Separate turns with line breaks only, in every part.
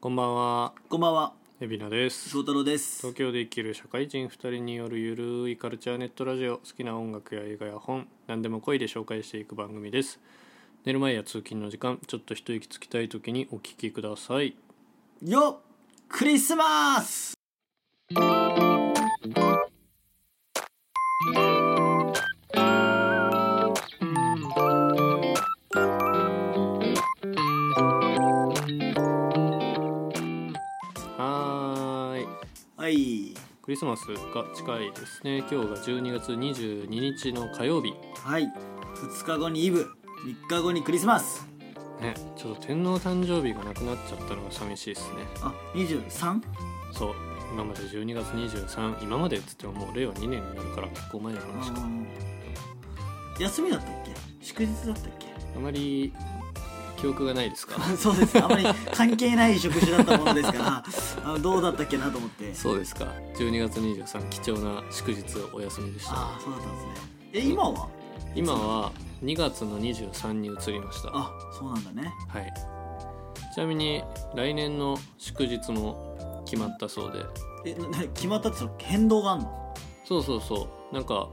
こんばんは、
こんばんは、
エビナです。
翔太郎です。
東京で生きる社会人2人によるゆるいカルチャーネットラジオ、好きな音楽や映画や本、何でも恋で紹介していく番組です。寝る前や通勤の時間、ちょっと一息つきたい時にお聞きください。
よっクリスマス
はーい。
はい。
クリスマスが近いですね。今日が12月22日の火曜日。
はい。2日後にイブ、3日後にクリスマス。
ね、ちょっと天皇誕生日がなくなっちゃったのが寂しいですね。
あ、23?
そう今まで12月23今までっつってももう令和2年になるから結構前の話か
休みだったっけ祝日だったっけ
あまり記憶がないですか
そうですね。あまり関係ない食事だったものですから、 あのどうだったっけなと思っ て。
そうですか12月23貴重な祝日お休みでした
ああ、そうだったんですね。え、今は
今は2月の23に移りましたは
あ、そうなんだね。
いちなみに来年の祝日も決まったそうで
え、なな決まったってその変動があんの
そうそうそうなんか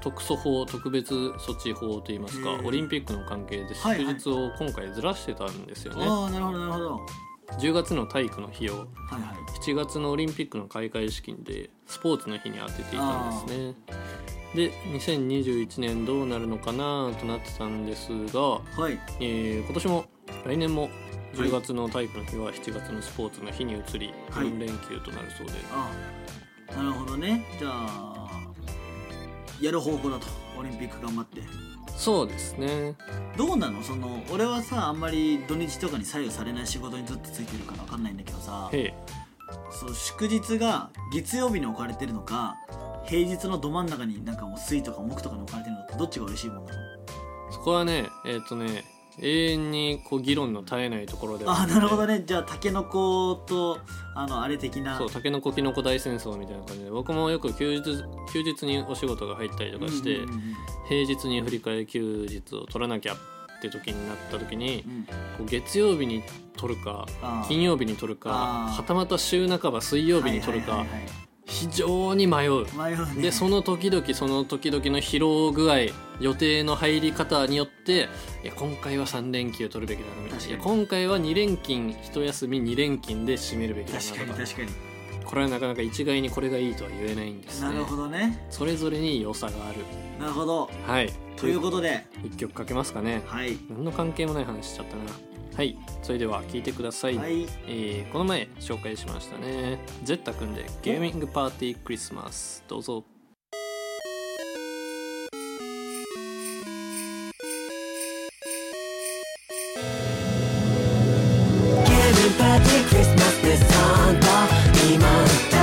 特措法特別措置法といいますか
へー
オリンピックの関係で祝
はいはい
日を今回ずらしてたんですよね、
ああ、なるほど、なるほど。
10月の体育の日を
はいはい。
7月のオリンピックの開会式でスポーツの日に当てていたんですねで2021年どうなるのかなとなってたんですが、
はい。
えー今年も来年も
はい
10月の体育の日は7月のスポーツの日に移り
はい
4連休となるそうで、
あなるほどねじゃあやる方向だとオリンピック頑張って
そうですね
どうなのその俺はさあんまり土日とかに左右されない仕事にずっとついてるから分かんないんだけどさ
へえ
そう祝日が月曜日に置かれてるのか平日のど真ん中になんかもう水とか木とかに置かれてるのってどっちが嬉しいもんなの
そこはねえっ、とね永遠にこう議論の絶えないところでは
あ
って
なるほどねじゃあタケノコとあのあれ的な
そうタケノコキノコ大戦争みたいな感じで僕もよく休日休日にお仕事が入ったりとかして、
うんうんうん
平日に振り替え休日を取らなきゃって時になった時に
うん、うん
こう月曜日に取るか
あー
金曜日に取るか
あー
はたまた週半ば水曜日に取る
は
か
いはいはい
非常に迷う。
はい迷うね
でその時々その時々の疲労具合予定の入り方によっていや今回は3連休取るべきだなみたい
確
な
か
い
に
や今回は2連勤一休み2連勤で締めるべきだ
確かに
なとか
確かに
これはなかなか一概にこれがいいとは言えないんです
な
ね
るほどね
それぞれに良さがある
なるほど
はい
ということで
一曲かけますかね
はい
何の関係もない話しちゃったなはいそれでは聞いてください、
はい
えーこの前紹介しましたねジェッタ君でゲーミングパーティークリスマスどうぞ
「ケビンパーティークリスマスでサンタ」「今誰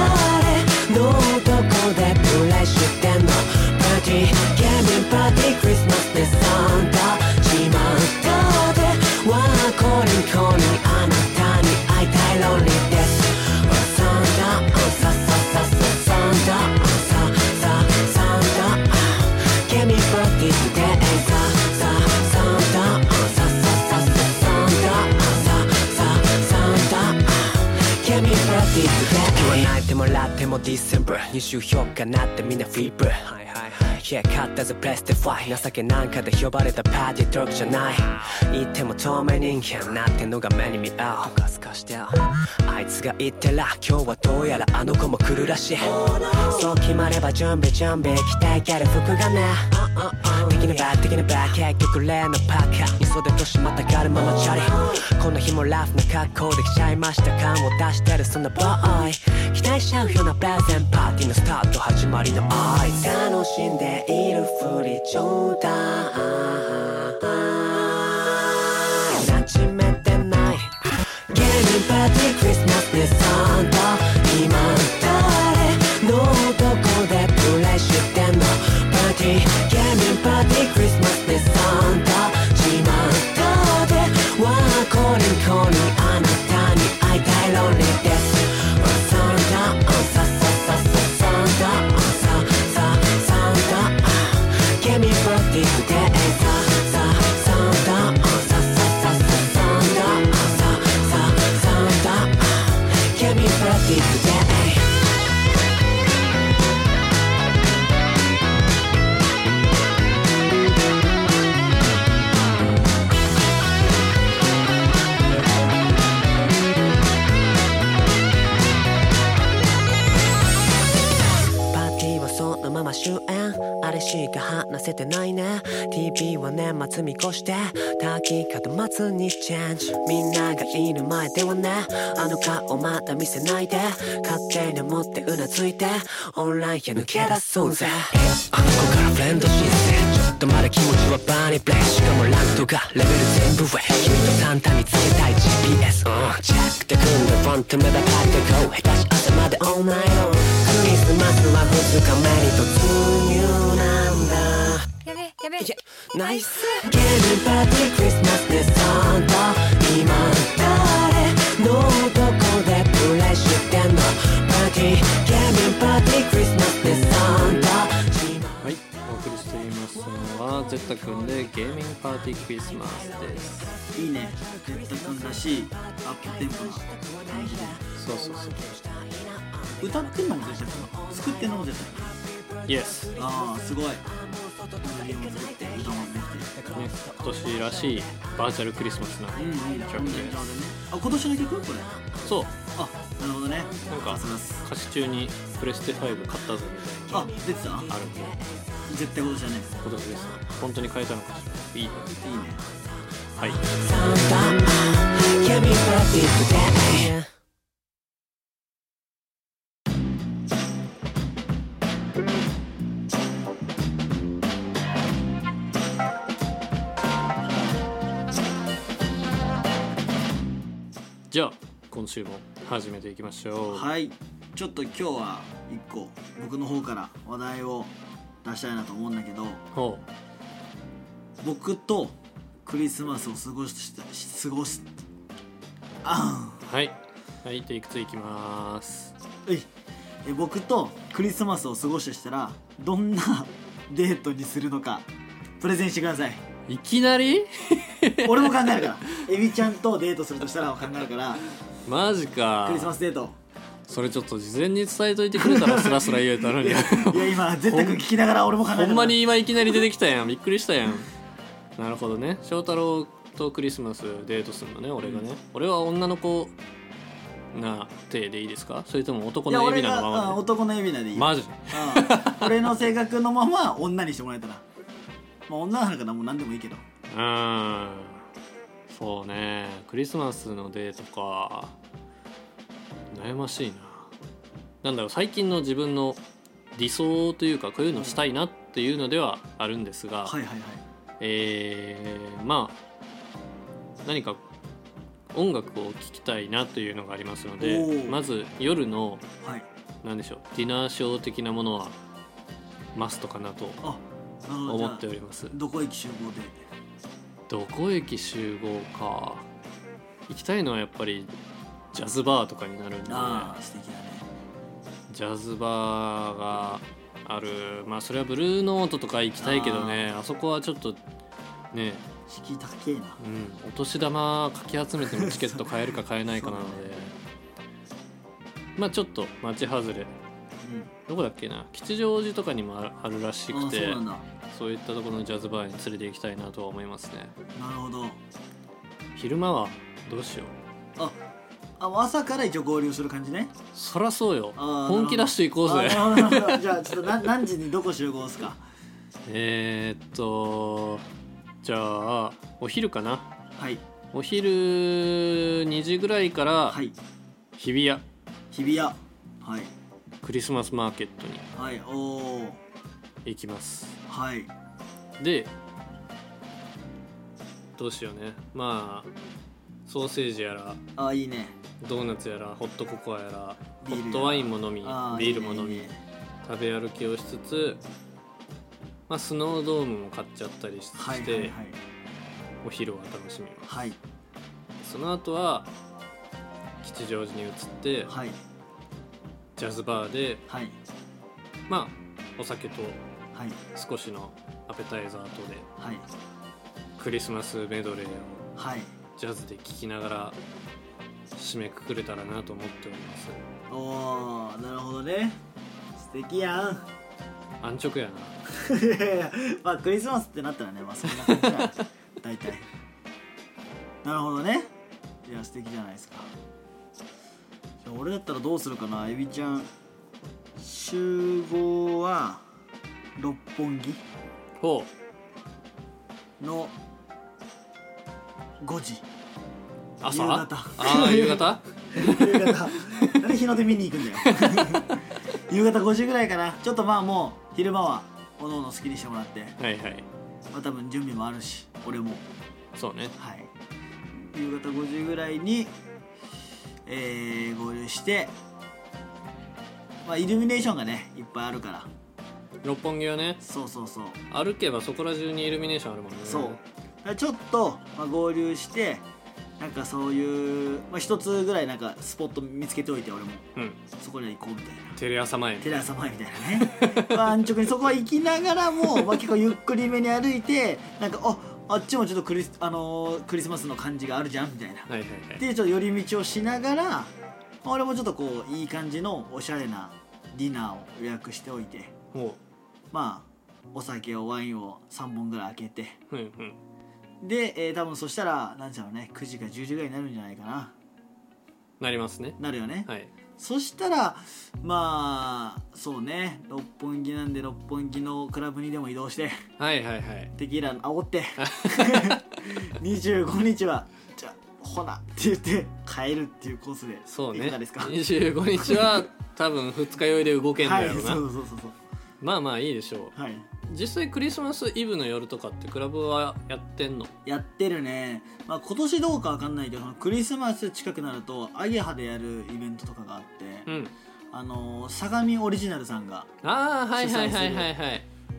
のどこでプレイしてんの」「パーティーケビンパーティークリスマスでサンタ」「巷ではコリンコリンあなたに会いたいロンリーです」「サンタサササササンタサササンタ」「ケビンパーティートゥデイサササンタサササササンタ」言わないでもらってもディセンブル二週評価なってみんなフィーブルいや勝ったぜプレステ5情けなんかで呼ばれたパーティートークじゃない言っても透明人間なってのが目に見えるあいつが言ってら今日はどうやらあの子も来るらしいそう決まれば準備準備着ていける服がねできねばできねば結局例のパーカー二袖としまたがるままチャリこの日もラフな格好できちゃいました感を出してるそんなボーイ期待しちゃうようなプレゼンパーティーのスタート始まりの合図楽しんでいるふり冗談なじめてないゲームパーティークリスマスでサンタ今誰のどこでプレイしてんのパーティーゲームパーティークリスマスでサンタ巷ではコリンコリンあなたに会いたいロンリーですサンタサササササンタサササンタケミプロティスでサササンダサササササンダサササンダ it today パーティーはそのまま終演あれしか話せてないね TV は年末見越して滝門松にチェンジみんながいる前ではねあの顔まだ見せないで勝手に思ってうなずいてオンラインや抜け出そうぜあの子からフレンド申請ちょっとまだ気持ちはバーニーブレイしかもランクがレベル全部上君と簡単につけたい GPS オンチェックで組んでフォント目立ってこう下手し朝までオーナイトクリスマスは2日目に突入なんだ
やべやべ
ナイスゲームパーティークリスマスでサンタ今誰のどこでプレイしてんのパーティーゲームパーティークリスマスでサンタ今
はい、お送りしていますのはゼッタ君でゲーミングパーティークリスマスです
いいね哲太君らしいアップテンポな感じで
そうそうそう
歌ってんのも絶対君作ってんのも絶対君
イエス、ね、
ああすごいメロディーも作って歌もできて
今年らしいバーチャルクリスマスな
うんうん
曲で
ねあ今年の曲これ
そう
あなるほどね
なんか
あそうです
歌詞中にプレステ5買ったぞみたい
あ出てた
なあるんで
絶対今年だね
今年ですね本当に変えたのかしらいいね
いいね
はい
サンタゲームパーティー today
じゃあ今週も始めていきましょう
はいちょっと今日は一個僕の方から話題を出したいなと思うんだけど
ほう
僕とクリスマスを過ごした過ごすあ
はいはいテイク2いきます
んういえ僕とクリスマスを過ごしてしたらどんな デートにするのかプレゼンしてくだ さい
いきなり
俺も考えるからエビちゃんとデートするとしたら考えるから
マジか
クリスマスデート
それちょっと事前に伝えといてくれた らスラスラ言えたのに
いや今絶対君聞きながら俺も考えて
ほんまに今いきなり出てきたやんびっくりしたやんなるほどね翔太郎とクリスマスデートするのね俺がね、俺は女の子な体でいいですかそれとも男
いや
の
俺
指な
が
のま
うん
まで
男の指名でいい
マジ
うん俺の性格のまま女にしてもらえたらまあ女なのかなもう何でもいいけど
うんそうねクリスマスのデートか悩ましいななんだろう最近の自分の理想というかこういうのしたいなっていうのではあるんですが、
はいはいはい
えーまあ何か音楽を聴きたいなというのがありますの
お
で
ー
まず夜の
はい
何でしょうディナーショー的なものはマストかなと
あなるほど
思ってお
じゃ
ります
あどこ駅集合で
どこ駅集合か行きたいのはやっぱりジャズバーとかになるんで
ああ素敵だね
ジャズバーがあるまあそれはブルーノートとか行きたいけどねあそこはちょっとね
敷居高えな
うん、お年玉かき集めてもチケット買えるか買えないかなので、まあちょっと町外れどこだっけな吉祥寺とかにもあるあるらし
うん
く
ああそう
て
なんだ
そういったところのジャズバーに連れて行きたいなとは思いますね
なるほど
昼間はどうしよう
ああ朝から一応合流する感じね
そらそうよ
あー
本気出していこうぜ
あなるほどなるほどじゃあちょっとな何時にどこ集合っすか
えーっとじゃあお昼かな
はい
お昼2時ぐらいから
はい
日比谷
日比谷はい
クリスマスマーケットに
はいおー
行きます
はい
でどうしようねまあソーセージやら
あいいね
ドーナツやらホットココアやらホ
ビールや
ットワインも飲みビ
あ
ールも飲
いい
み
ねいいね
食べ歩きをしつつ、まあ、スノードームも買っちゃったりし
はい
し
はいはい
てお昼は楽しみます
はい
その後は吉祥寺に移って
はい
ジャズバーで
はい
まあお酒と
はい
少しのアペタイザーとで
はい
クリスマスメドレーを
はい
ジャズで聴きながら締めくくれたらなと思っております
おーなるほどね素敵やん
安直やない
やいやまあクリスマスってなったらねまあそんな感じなんです大体なるほどねいや素敵じゃないですかじゃあ俺だったらどうするかなエビちゃん集合は六本木
ほ
の5時
う朝
夕方
ああ夕方
夕方なんで日の出見に行くんだよ夕方5時ぐらいかなちょっとまあもう昼間はおのおの好きにしてもらって
はいはい
まあ多分準備もあるし俺も
そうね
はい夕方5時ぐらいにえー、合流してまあイルミネーションがねいっぱいあるから
六本木はね
そうそうそう
歩けばそこら中にイルミネーションあるもんね
そうだからちょっと、まあ、合流してなんかそういう、まあ、一つぐらいなんかスポット見つけておいて俺も
うん
そこには行こうみたいな
テレ朝前みた
テ
い
レ朝前みたいなね、まあ、安直にそこは行きながらも、まあ、結構ゆっくりめに歩いてなんかああっちもちょっとクリス,、あのークリスマスの感じがあるじゃんみたいな
なはいはいはい
でちょっと寄り道をしながらまあ俺もちょっとこういい感じのおしゃれなディナーを予約しておいて
ほ
まあお酒をワインを3本ぐらい開けて
ううんうん
で、えー多分そしたらなんちゃうのね9時か10時ぐらいになるんじゃないかな
なりますね
なるよね、
はい
そしたらまあそうね六本木なんで六本木のクラブにでも移動して
はいはいはい
テキーラ煽って 25日はじゃあほなって言って帰るっていうコースで
そうね
いかがですか
25日は多分二日酔いで動けん
は
だ
い
ろ
そう
う
そ
な、
うそうそう
まあまあいいでしょう
はい
実際クリスマスイブの夜とかってクラブはやってんの
やってるね、まあ、今年どうかわかんないけどクリスマス近くなるとアゲハでやるイベントとかがあって、
うん
あのー相模オリジナルさんが
ああはいはいはいはいはい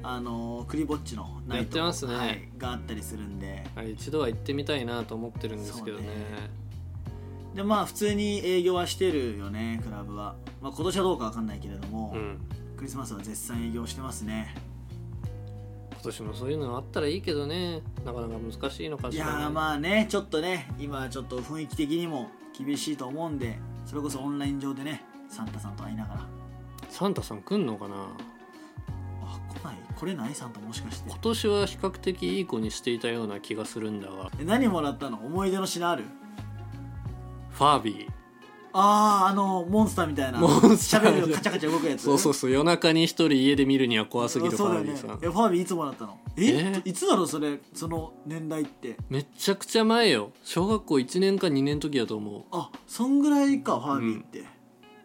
あのークリぼっちのナ
や
イト
ってますね
はい、があったりするんで
あれ一度は行ってみたいなと思ってるんですけどね
そうねでまあ普通に営業はしてるよねクラブは、まあ、今年はどうかわかんないけれども、
うん
クリスマスは絶賛営業してますね
今年もそういうのあったらいいけどねなかなか難しいのか
い
し
や
ら、ね、
ーまあねちょっとね今ちょっと雰囲気的にも厳しいと思うんでそれこそオンライン上でねサンタさんと会いながら
サンタさん来んのかな
あ来ない来れないサンタもしかして
今年は比較的いい子にしていたような気がするんだが
え何もらったの思い出の品ある
ファービー
あああのモンスターみたいな
モンスターみたいな
喋るカチャカチャ動くやつ
そうそうそう夜中に一人家で見るには怖すぎるフ
そうだ
ァ
よ
ービ
ね
ーさん、
えファービーいつもらったのえ
え
いつだろうそれその年代って
めちゃくちゃ前よ小学校1年か2年の時やと思う
あそんぐらいかファービーって、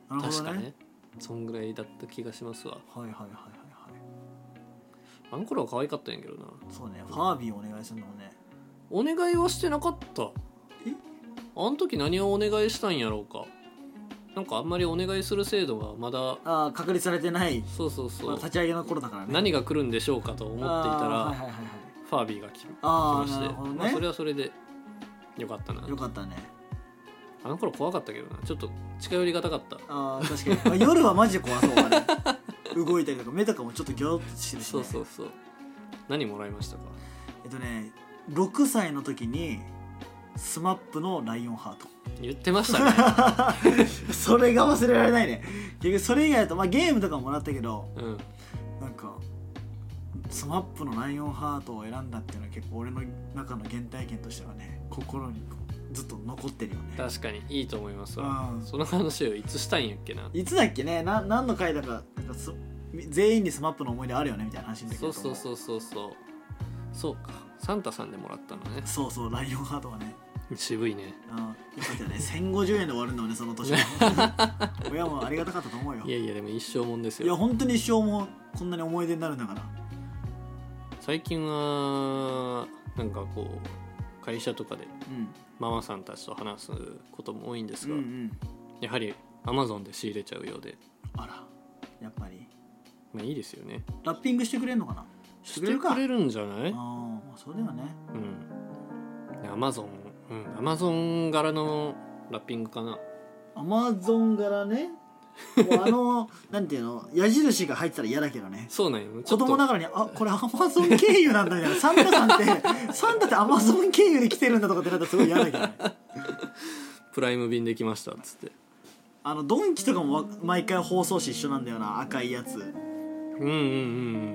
なるほ
確
ど
か
ね
ねそんぐらいだった気がしますわ
はいはいはいはいはい
あの頃は可愛かったんやけどな
そうねファービーお願いするのもね
お願いはしてなかった
え
あの時何をお願いしたんやろうかなんかあんまりお願いする制度がまだ
ああ確立されてない、
そうそうそ
まあ、
う
立ち上げの頃だからね
何が来るんでしょうかと思っていた
あーはい
ら
はいはいはい
ファービーが来来
あ
ま
ー
し
な
て
るほどね、
まあそれはそれでよかったな
よかったね
あの頃怖かったけどなちょっと近寄りがたかった
あー確かに、まあ、夜はマジで怖そうあれ動いたりとか目とかもちょっとギョロッとしてるし、
そ
ね、
うそうそう何もらいましたか
えっとね6歳の時にスマップの「ライオンハー ト
言ってましたね」
それが忘れられないね結局それ以外だと、まあ、ゲームとかもらったけど
うん
なんかスマップの「ライオンハート」を選んだっていうのは結構俺の中の原体験としてはね心にこうずっと残ってるよね
確かにいいと思いますわ
うん
その話をいつしたいんやっけない
つだっけねな何の回だかなんかす全員にスマップの思い出あるよねみたいな話の時だと
そ
思
うそうそうそうそうそうかサンタさんでもらったのね
そうそうライオンハートはね
渋いね
うんよかったよね1050円で終わるんだもんねその年は 親もありがたかったと思うよ
いやいやでも一生もんです
いや
よ
本当に一生もこんなに思い出になるんだから
最近はなんかこう会社とかで
うん
ママさんたちと話すことも多いんです
う
が、
んうん
やはりアマゾンで仕入れちゃうようで
あらやっぱり
まあいいですよね
ラッピングしてくれんのかな
して
くれるか
るんじゃない
ああまあそうだよね
うんアマゾンうんアマゾン柄のラッピングかな
アマゾン柄ねもう あのなんていうの矢印が入ってたら嫌だけどね
そうなんよちょ
子
っと
供ながらに「あこれアマゾン経由なんだ」みたいなサンタさんってサンタってアマゾン経由で来てるんだとかってなったらすごい嫌だけどね
プライム便できましたっつって
あのドンキとかもわ毎回包装紙一緒なんだよな赤いやつ
うんうんう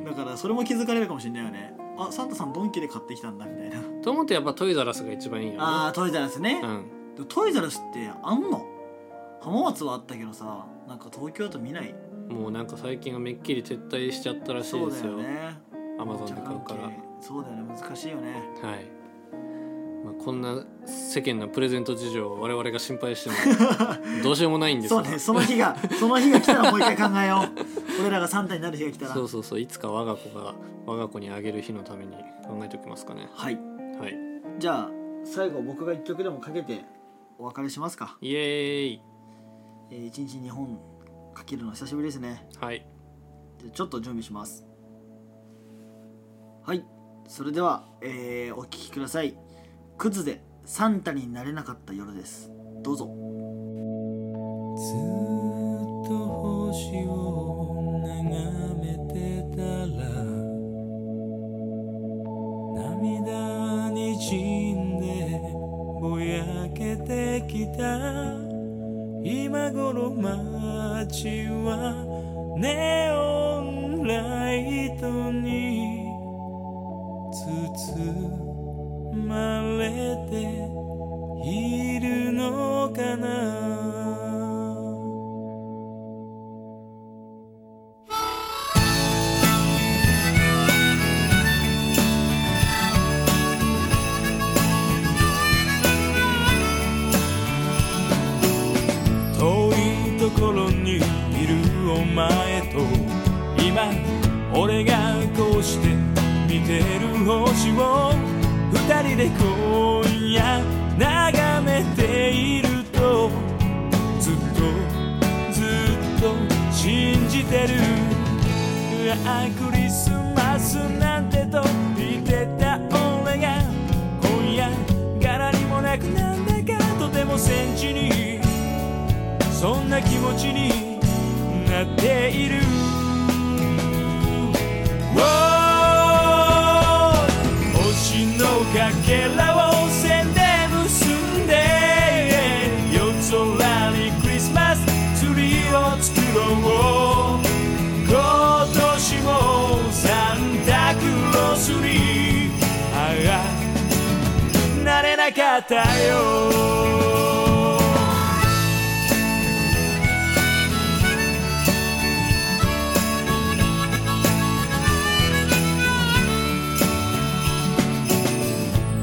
ん
だからそれも気づかれるかもしれないよねあサンタさんドンキで買ってきたんだみた いな
うんと思ってやっぱトイザラスが一番いいよね
ああトイザラスね
う、ん
でもトイザラスってあんの浜松はあったけどさなんか東京だと見ない
もうなんか最近はめっきり撤退しちゃったらしい
そう
で
だ
すよ
よね
アマゾンで
着
買
眼
うから
系そうだよね難しいよね
はい、まあ、こんな世間のプレゼント事情を我々が心配して もどうしようもないんです
そう
が
ねその 日がその日が来たらもう一回考えよう俺らがサンタになる日が来たら
そうそうそういつか我が子が我が子にあげる日のために考えておきますかね
はい
はい
じゃあ最後僕が一曲でもかけてお別れしますか、
イエーイ
えー、1日2本かけるの久しぶりですね
はい
じゃあちょっと準備しますはいそれでは、えーお聴きください「クズでサンタになれなかった夜」ですどうぞ
ずっと星を眺めてたら涙にじんでぼやけてきた今頃街はネオンライトに包まれているのかな遠いところにいるお前と今俺がこうして見てる星を二人で今夜眺めているとずっとずっと信じてるああクリスマスなんてと言ってた俺が今夜柄にもなくなんだかとても戦地にそんな気持ちになっている Wow 星のかけらを線で結んで夜空にクリスマスツリーを作ろう今年もサンタクロースにああなれなかったよ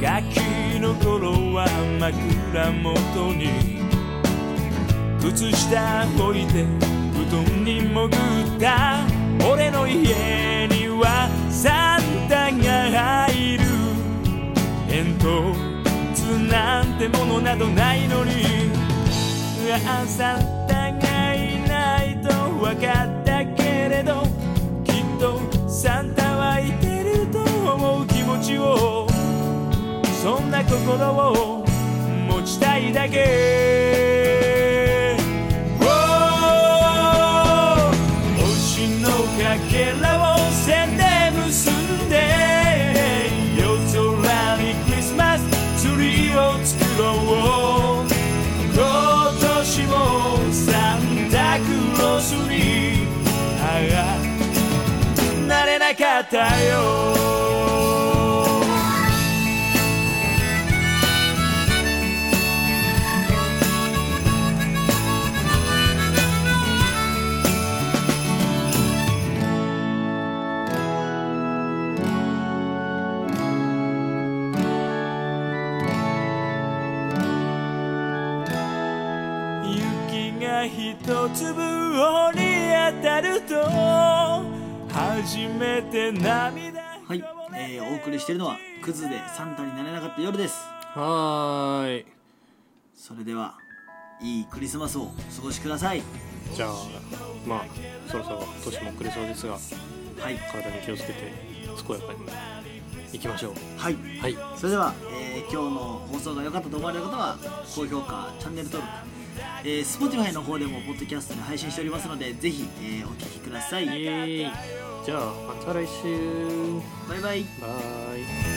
ガキの頃は枕元に靴下置いて布団に潜った俺の家にはサンタが入る煙突なんてものなどないのにああサンタがいないと分かったけれどきっとサンタはいてると思う気持ちをそんな心を持ちたいだけ Wow 星のかけらを線で結んで夜空にクリスマスツリーを作ろう今年もサンタクロースにああなれなかったよ雪が一粒折り当たると初めて涙
はい、えーお送りしているのは「クズでサンタになれなかった夜」です
はーい
それではいいクリスマスをお過ごしください
じゃあまあそろそろ年も暮れそうですが
はい
体に気をつけて健やかにいきましょう
はい
はい
それでは、えー今日の放送が良かったと思われる方は高評価チャンネル登録えー、Spotify の方でもポッドキャストで配信しておりますのでぜひ、えーお聴きください
イエーイじゃあまた来週
バイバイ
バイ